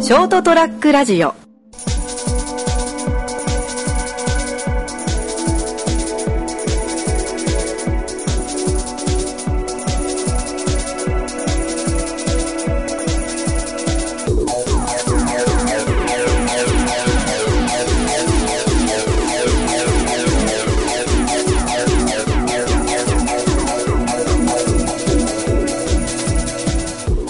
ショートトラックラジオ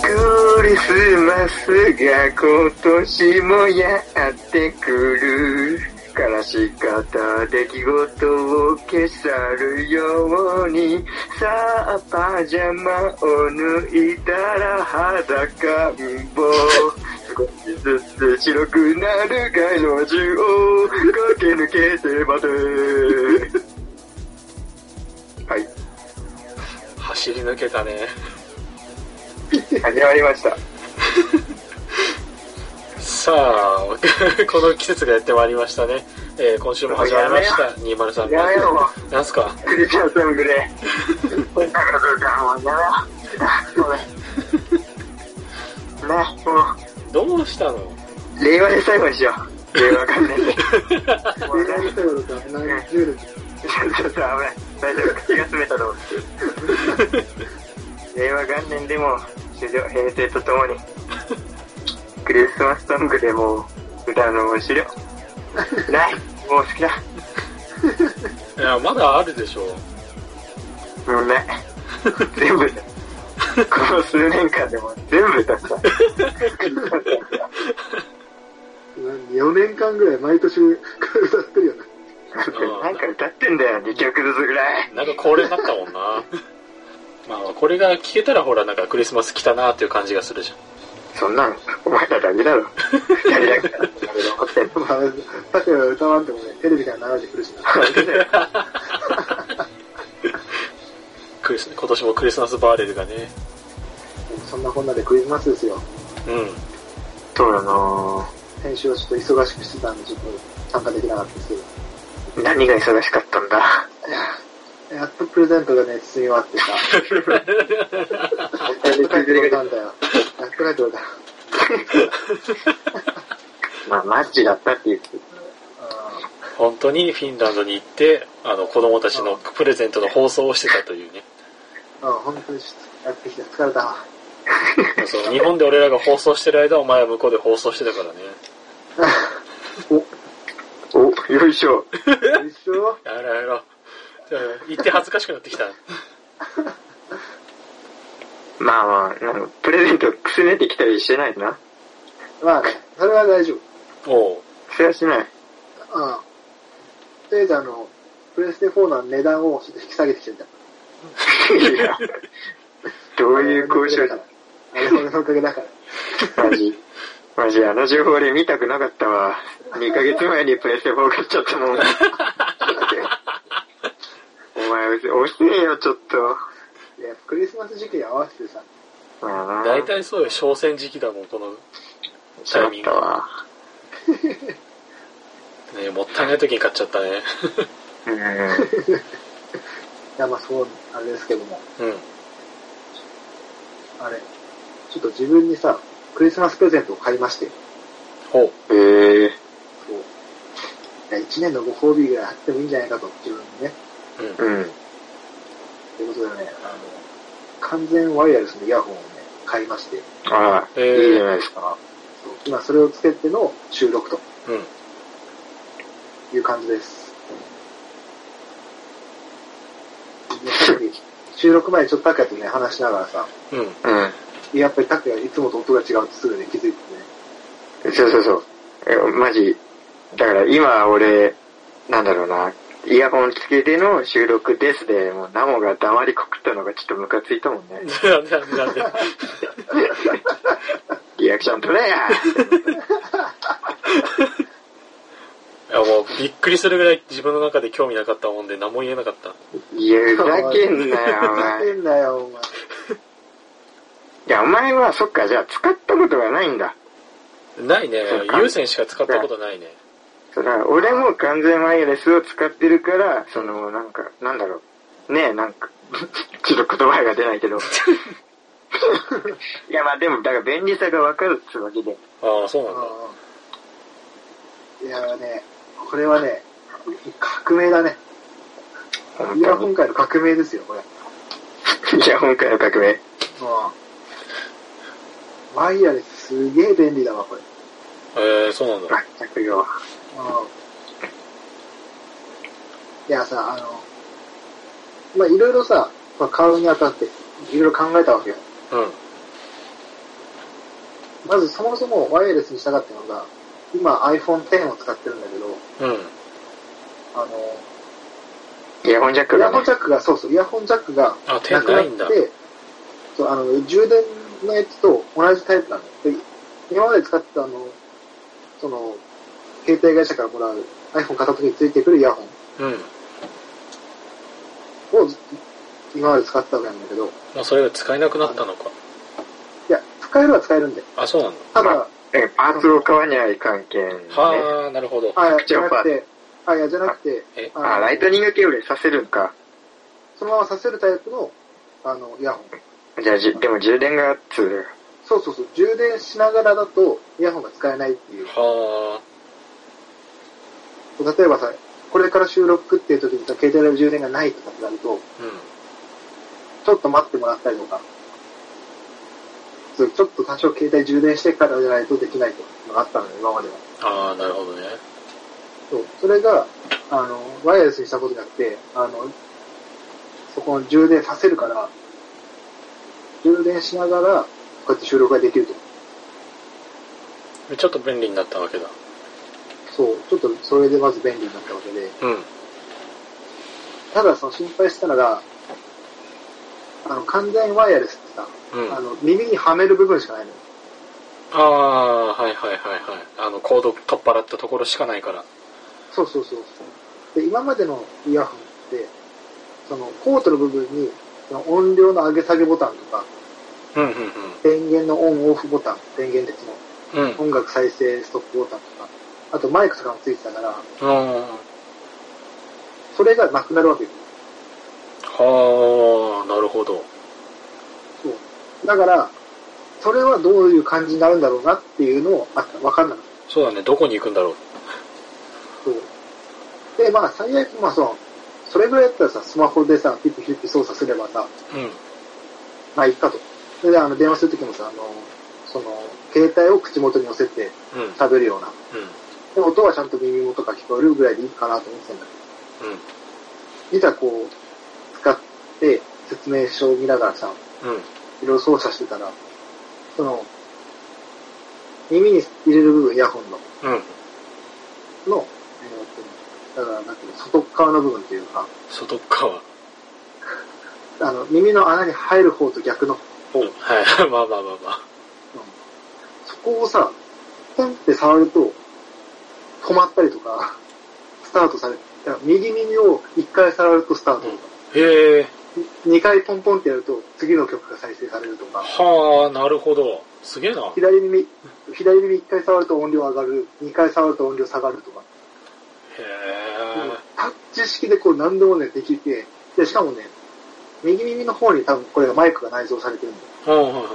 クリスマスが今年もやってくる悲しかった出来事を消さるようにさあパジャマを脱いだら裸んぼ少しずつ白くなる街路樹を駆け抜けてまではい走り抜けたね始まりましたさあ この季節がやってまいりましたね、えー今週も始まりました203やめろなんすかクリスマスソングで今回の空間はやめろごめんねもどうしたのう令和で最後にしよう令和関連でちょっと危ない大丈夫口が詰めたと思う令和元年でも史上平成とともにクリスマスソングでもう歌うのも終了ないもう好きだいやまだあるでしょう もうない全部だこの数年間でも全部歌った4年間ぐらい毎年歌ってるよね。なんか歌ってんだよ、2曲ずつぐらい。なんか恒例になったもんなまあこれが聞けたらほらなんかクリスマス来たなっていう感じがするじゃん そんなん、お前らだけだろ。やりたくない。残ってんの。まあ、確かに歌わんでもね、テレビから流れてくるしな。クリス今年もクリスマスバーレルがねそんなこんなでクリスマスですよ。う そうだな編集はちょっと忙しくしてたんで、ちょっと参加できなかったですけど。ぁ何が忙しかったんだ。やっとプレゼントがね、包み終わってさ。やっと帰ってくれたんだよ。やっと帰ってくれた。まあ、マッチだったっていう。ん本当にフィンランドに行ってあの子供たちのプレゼントの放送をしてたというねうん、本当にちょっとやってきた。疲れた わ。そう日本で俺らが放送してる間お前は向こうで放送してたからねお、よいしょ。一緒やろうやろううん言って恥ずかしくなってきたまあまあ、なんかプレゼントくすねてきたりしてないな。まあね、それは大丈夫。おうそれはしない。うん。とりあえずあの、プレステ4の値段をちょっと引き下げてきてんだ。いやどういう交渉だ。あれ、俺のおかげだから。マジ。マジ、あの情報で見たくなかったわ。2ヶ月前にプレステ4買っちゃったもん。お前、遅えよ、ちょっと。いや、クリスマス時期に合わせてさ、まあな大体そうよ商戦時期だもんこの、しまったわ。ね、もったいない時に買っちゃったねうん。いや、まあそう、あれですけども、うんあれ、ちょっと自分にさ、クリスマスプレゼントを買いまして、ほうええそう。いや、一年のご褒美ぐらいあってもいいんじゃないかと、自分にね。うんうん。ということでね、あの、完全ワイヤレスのイヤホンをね、買いまして、ああ、えーいいじゃないですか。そう今それをつけての収録とうんいう感じです。ねさっき収録前にちょっとタクヤとね、話しながらさ、うんういややっぱりタクヤいつもと音が違うってすぐね、気づいてね。ん。そうそうそう。え、マジ。だから今俺、なんだろうな。イヤホンつけての収録ですで、もうナモが黙りこくったのがちょっとムカついたもんね。なんでなんでなんでリアクション取れやいやもうびっくりするぐらい自分の中で興味なかったもんで何も言えなかったいや、ふざけんなよ、おふざ前。いけんなよ、お前。や、お前は、そっか、じゃあ使ったことがないんだ。ないねそうか有線しか使ったことないねそら、俺も完全ワイヤレスを使ってるから、その、なん か、なんだろう。ねえ、なんか、ちょっと言葉が出ないけど。いや、まあでも、だから便利さがわかるっつうわけで。ああ、そうなんだ。うんいやね、これはね、革命だね。イヤホン界の革命ですよ、これ。イヤホン界の革命。うんワイヤレスすげえ便利だわ、これ。えー、そうなんだ。あ、着用は。うんいやさ、あの、まあ、いろいろさ、まあ、買うにあたって、いろいろ考えたわけよ。うん。まずそもそもワイヤレスにしたかったのが、今 iPhone X を使ってるんだけど、うん。あイヤホンジャックだの、イヤねホン。ジャックが、そうそう、イヤホンジャックがあ、手なくなないっんだ。て、そう、あの、充電のやつと同じタイプなの。で今まで使ってたあの、その、携帯会社からもらう iPhone 買った時についてくるイヤホうん。ンをずっと今まで使ってたわけなんだけど、いもうそれが使えなくなったのか。や、使えるは使えるんだよ。あ、そうなんだ。ただ、まあえパーツを買わにゃい関係ね。はあ、なるほど。あ、じじゃゃなあくて、あ、いや、じゃなくてえ、のあ、ライトニングケーブルさせるんか。そのままさせるタイプの、あの、イヤホン。じゃあ、じでも充電がつう。そうそうそう、充電しながらだと、イヤホンが使えないっていう。は例えばさ、これから収録っていう時にさ、携帯の充電がないとかってなると、あ、うん。ちょっと待ってもらったりとか、そうちょっと多少携帯充電してからじゃないとできないとかがあったのよ、今までは。ああ、なるほどね。そう、それが、あの、ワイヤレスにしたことじゃなくて、あの、そこの充電させるから、充電しながら、こうやって収録ができると。ちょっと便利になったわけだ。そう、ちょっとそれでまず便利になったわけで、うん。ただその心配したのが、あの、完全ワイヤレスってさ、うん。ああの、耳にはめる部分しかないのよ。あー、はいはいはいはい。あの、コード取っ払ったところしかないから。そうそうそうそう。で、今までのイヤホンって、その、コートの部分に、その音量の上げ下げボタンとか、うんうん電源のオンオフボタン、電源ですのうん。うん。音楽再生ストップボタンとか、あとマイクとかもついてたから、あそれがなくなるわけよ。あ、はあ、なるほど。そう。だから、それはどういう感じになるんだろうなっていうのを、あった、わかんなかっそうだね、どこに行くんだろう。た。そう。で、まあ、最悪、まあ、その、それぐらいだったらさ、スマホでさ、ピッピピッピ操作すればさ、うん。まあ、いっかと。それで、あの、電話するときもさ、あの、その、携帯を口元に寄せてうん。うん。喋るような。で、音はちゃんと耳元から聞こえるぐらいでいいかなと思ってたんだけどいざこう、使って説明書を見ながらさ、うん。うん。いろいろ操作してたら、その、耳に入れる部分、イヤホンの、うん。の、えーとだから、なんていうの、外側の部分っていうか、外っ側。あの、耳の穴に入る方と逆の方、はい。 まあまあまあまあ。そこをさ、ポンって触ると、止まったりとか、 スタートされる。だから右耳を一回触るとスタートとか、へえ。二回ポンポンってやると、次の曲が再生されるとか、はあ、なるほど。すげえな。左耳、左耳一回触ると音量上がる、二回触ると音量下がるとか、へえ。タッチ式でこう何でもね、できて、で、しかもね、右耳の方に多分これがマイクが内蔵されてるんだよ。うんうんうん。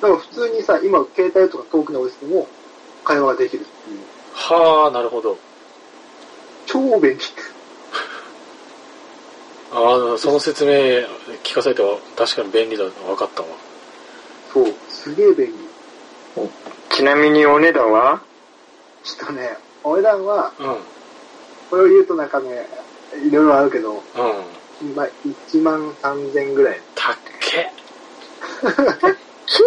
だから普通にさ、今携帯とか遠くに置いてても会話ができるっていう。はあ、なるほど。超便利。ああ、その説明聞かされては確かに便利だの分かったわ。そう、すげえ便利。ちなみにお値段はちょっとね、お値段は、うん。これを言うとなんかね、いろいろあるけど、うん。まあ、1万3000ぐらい。たっけ。金利と数量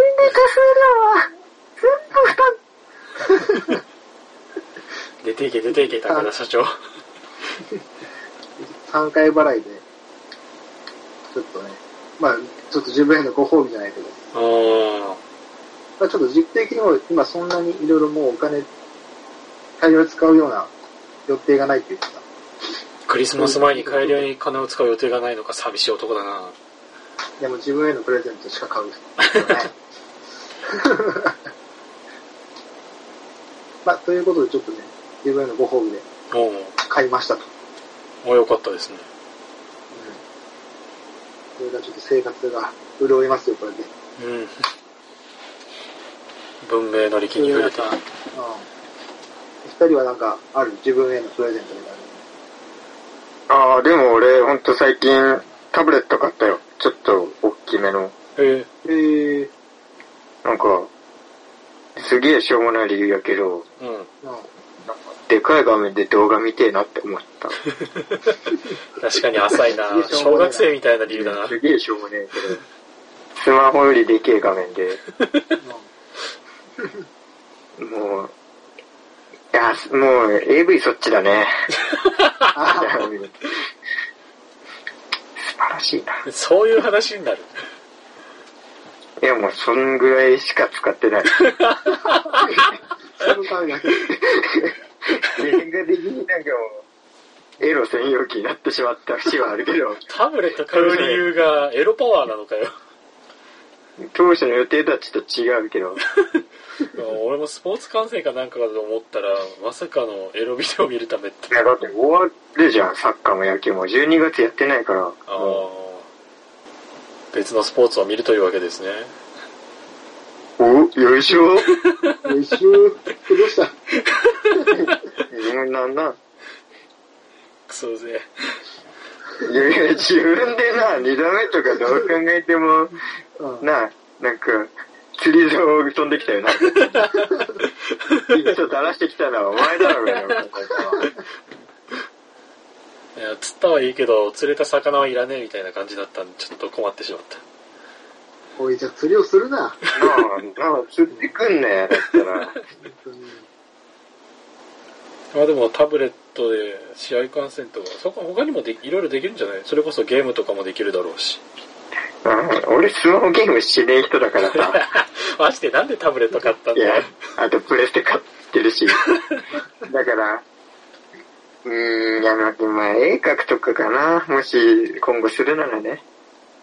は全部負担出ていけ出ていけ、高田社長。 3回払いで、ちょっとね、まあ、ちょっと自分へのご褒美じゃないけど、うん。まあ、ちょっと実績的にも今そんなにいろいろもうお金大量に使うような予定がないっていうかさ、クリスマス前に大量に金を使う予定がないのか寂しい男だな。でも自分へのプレゼントしか買うよね。 まあ、ということでちょっとね、自分へのご褒美でおう買いましたと。おう、よかったですね。これがちょっと生活が潤いますよ、これで。うん。文明の力に触れて。うん。二人はなんか、ある自分へのプレゼントみたいな。ああ、でも俺、ほんと最近、タブレット買ったよ。ちょっと、大きめの。えええなんか、すげえしょうもない理由やけど、ー、うん。うん。でかい画面で動画見てえなって思った。確かに浅いな小学生みたいな理由だな。すげえしょうもねえけど、スマホよりでけえ画面で、もう、いや、もう AV そっちだ ね。素あ晴らしいな。そういう話になる。いや、もうそんぐらいしか使ってない。そのためだけ。年賀的になんかもう、エロ専用機になってしまった節はあるけど、タブレット買う理由がエロパワーなのかよ。当初の予定たちと違うけど、俺もスポーツ観戦かなんかだと思ったら、まさかのエロビデオ見るためって い。や、だって終わるじゃん、サッカーも野球も。12月やってないから。あもー別のスポーツを見るというわけですね。うお、よいしょ。一周、どうした自分なんな。クソぜ。いやいや、自分でな、二度目とかどう考えても、うん。な、なんか、釣り竿飛んできたよな。ちょっと垂らしてきたのはお前だろうがよ。いや、釣ったはいいけど、釣れた魚はいらねえみたいな感じだったんで、ちょっと困ってしまった。おい、じゃあ釣りをするな。なあ、なあ、釣ってくんねだったら。本当に。まあでもタブレットで試合観戦とか、そこ他にもでいろいろできるんじゃないそれこそゲームとかもできるだろう し。うん俺スマホゲームしねえ人だから さ。マジでなんでタブレット買ったんいだやよ。、あとプレステ買ってるし。だから、うーん、いや、まあ、まあ、絵描くとかかな。もし、今後するならね。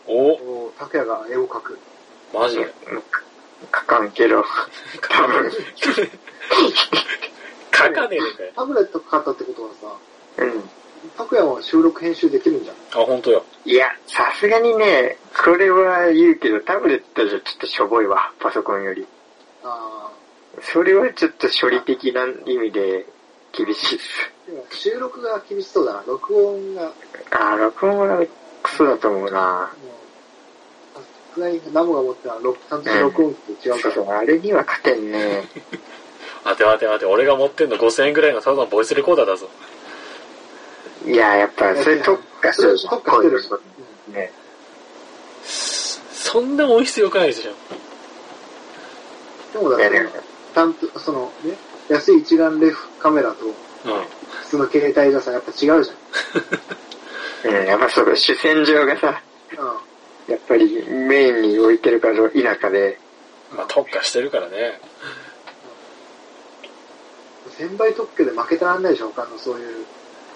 おお拓也が絵を描く。マジで。書かんけど、多分。 書かねえのかよ。タブレット買ったってことはさ、うん。拓也は収録編集できるんじゃん。あ、本当や。いや、さすがにね、これは言うけど、タブレットじゃちょっとしょぼいわ、パソコンより。あそれはちょっと処理的な意味で厳しいっす。あ。でも収録が厳しそうだな。録音が、もう、あー、録音はクソだと思うな。さすがにナモが持ってたら、録ちゃんと録音機と違うそかうら。そう、あれには勝てんね。待て待て待て、俺が持ってんの5000円ぐらいのただのボイスレコーダーだぞ。いや、やっぱ、それ特化してそれる。特化してる。ね。そんな音質良くないでしょ。でもだいかやでらも、ちゃんと、そのね、安い一眼レフカメラと、う普通の携帯がさ、やっぱ違うじうん、やっぱその主戦場がさ、ゃん。うん。やっぱりメインに置いてるかどう田舎で、ん。まあ特化してるからね。先輩特許で負けてらんないでしょ、他のそういう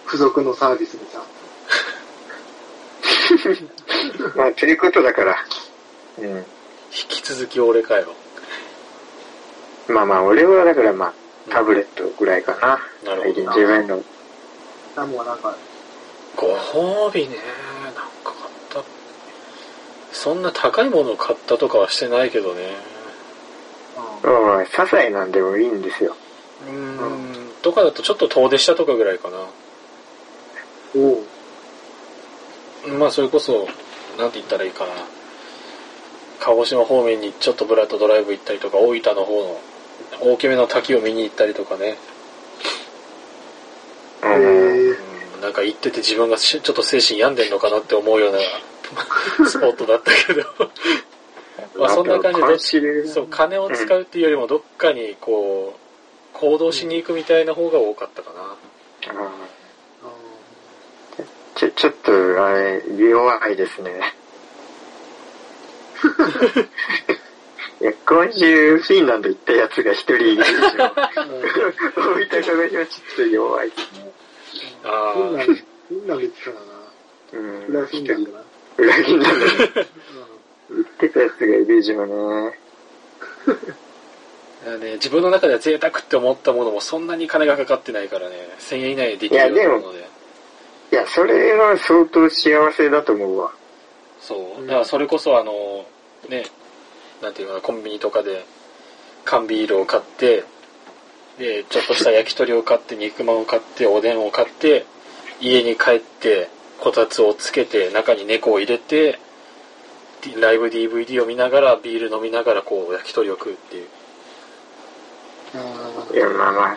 付属のサービスにさ。まあ、ということだから、うん。引き続き俺かよ。まあまあ、俺はだからまあ、タブレットぐらいかな。なるほどな最近自分の。ナモはなんか、ご褒美ねなんか買ったそんな高いものを買ったとかはしてないけどねうん、まあまあ、些細なんでもいいんですよ。うーんとかだとちょっと遠出したとかぐらいかなおうまあそれこそなんて言ったらいいかな鹿児島方面にちょっとブラッとドライブ行ったりとか大分の方の大きめの滝を見に行ったりとかね、うへん。えうん、なんか行ってて自分がしちょっと精神病んでんのかなって思うような スポットだったけどまあそんな感じで監視でそう、金を使うっていうよりも、どっかにこう、行動しに行くみたいな方が多かったかな。うんうちょ、ちょっと、あれ、弱いです ね。いや、今週、フィンランド行ったやつが一人いるでしょ。んうん大分鹿児島ちょっと弱いですね。あフィンーランド、フィンランド行ってたな。うん。裏フィンランドな。裏フィンランドに行ってたやつがいる以上ね。だからね、自分の中では贅沢って思ったものもそんなに金がかかってないからね、1000円以内でできるようなもので。いや、それは相当幸せだと思うわ。そうう。んだからそれこそあの、ね、なんていうのかなコンビニとかで缶ビールを買ってでちょっとした焼き鳥を買 って肉まんを買っておでんを買って家に帰ってこたつをつけて中に猫を入れてでライブ DVD を見ながらビール飲みながらこう焼き鳥を食うっていういや、まあまあ、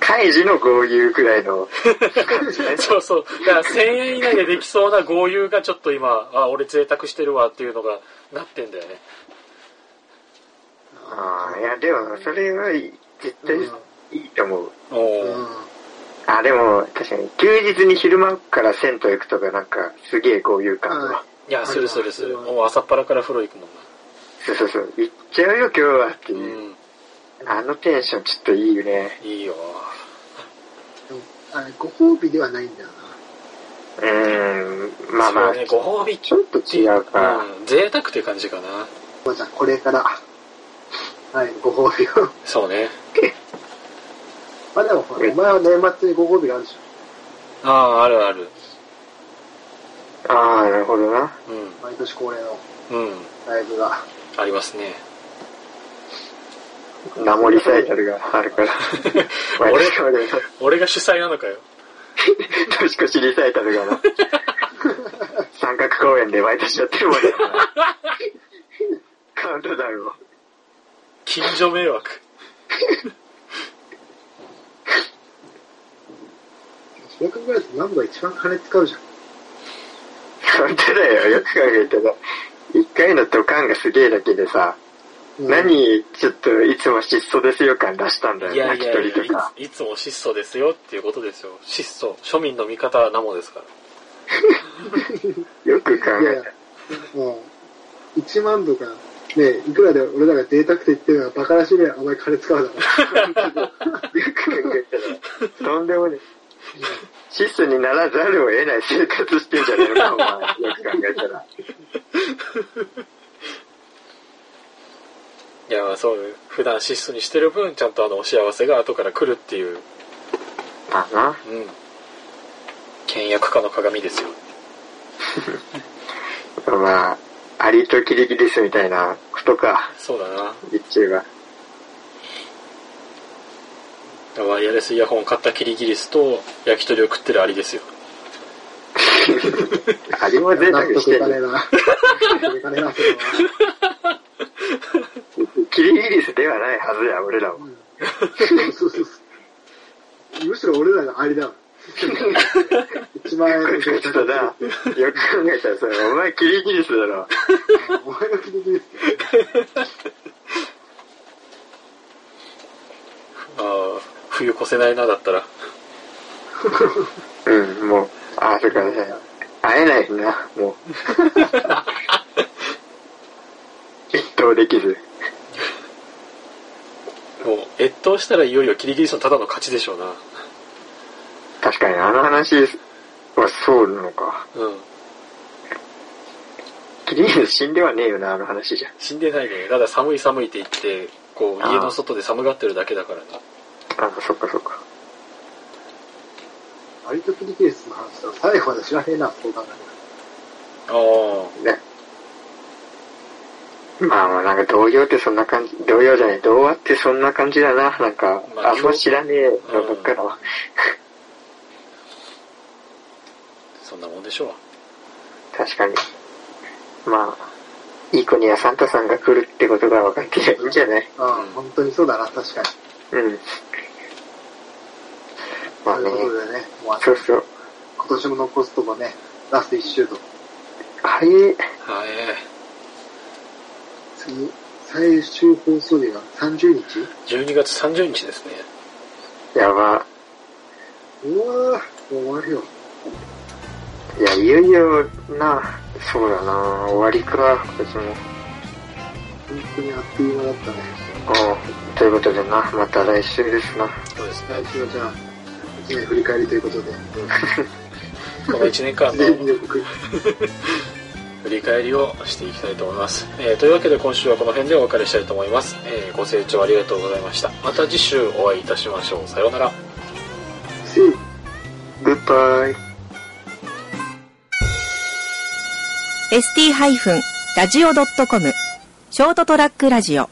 カイジの豪遊くらいの感じね。 そうそう。だから1000円以内でできそうな豪遊がちょっと今、あ、俺贅沢してるわっていうのがなってんだよね。ああ、いや、でも、それはいい。絶対いいと思う。おうんーあ、でも、確かに、休日に昼間から銭湯行くとか、なんか、すげえ豪遊感あるわ。いや、するするする。もう朝っぱらから風呂行くもんそうそうそう、行っちゃうよ、今日はっていう。な。あのテンション、ちょっといいよね。うん。いいよ。でもあれご褒美ではないんだようーん、まあまそあ、うね、ご褒美ちょっと違うか。うん、贅沢って感じかな。な。じゃあこれから、はい、ご褒美を。そうね。まあでもほら、お前は年末にご褒美があるでしああ、あるある。ああ、なるほどな。ょ。毎年恒例のうん。うん。ライブが。ありますね。名盛りサイタルがある から。俺俺かで、俺が主催なのかよ。年越しリサイタルが な。三角公園で毎年やってるもんね。 カウントダウンを。近所迷惑。それ考えると何度一番金使うじゃん。本当だよ、よく考えたら。一回のドカンがすげえだけでさ、うん何、ちょっといつも質素ですよ感出したんだよ、いやい焼きや鳥いやとか。いつ、いつも質素ですよっていうことですよ。質素。庶民の味方なもですから。よく考いやいやえもう、1万とか、ね、いくらで俺らが贅沢って言ってるのはバカらしいぐらいお前金使うだろ。た。よく考えたら、とんでもねえ。質素にならざるを得ない生活してんじゃねえのか、お前。よく考えたら。いや、そう、普段質素にしてる分、ちゃんとあの、お幸せが後から来るっていう、まあな。うん。倹約家の鏡ですよ。まあ、ありときりきですみたいなことか、そうだな。言っちゃえば。ワイヤレスイヤホンを買ったキリギリスと、焼き鳥を食ってるアリですよ。ありも 贅沢納して得いるかねえね。な。納得いかねえな、それは。キリギリスではないはずや、俺らも。うんそうそうそうむしろ俺らがありだわ。1万円よのく考贅えた沢らな、よく考えたらさ、お前キリギリスだろ。お前の切り切りですよああ、冬越せないな、だったら。うん、もう、あ、そっか、ね、会えないしな、もう。一等できず。もう、越冬したらいよいよキリギリスのただの勝ちでしょうな。確かに、あの話はそうなのか。うん。キリギリス死んではねえよな、あの話じゃ。死んでないね。ただ寒い寒いって言って、こう、家の外で寒がってるだけだからね。あ、そっかそっか。割と切り切りですの話だ。最後まで知らねえな、そう考えああ。ね。まあまあなんか童謡ってそんな感じ、童謡じゃない、童話ってそんな感じだな。なんか、まああんま知らねえのばっかだわ。そんなもんでしょう。確かに。まあ、いい子にはサンタさんが来るってことが分かってりゃいいんじゃないたら。ああ、本当にそうだな、確かに。うん。まあとねい、うことでね、もうあのそうそう。今年も残すとこね、ラスト1周と。あれ、はい。次、最終放送日が30日12月30日ですね。やば。うわぁ、もう終わるよ。いや、いよいよな、そうだな、終わりか、今年も。本当にあっという間だったね。うん。ということでな、また来週ですな。そうですね。来週はじゃあ、1年振り返りということで、この1年間の全力で振り返りをしていきたいと思います、えーというわけで今週はこの辺でお別れしたいと思います、えーご清聴ありがとうございましたまた次週お会いいたしましょうさようならせいグッバイ。 ST-radio.com ショートトラックラジオ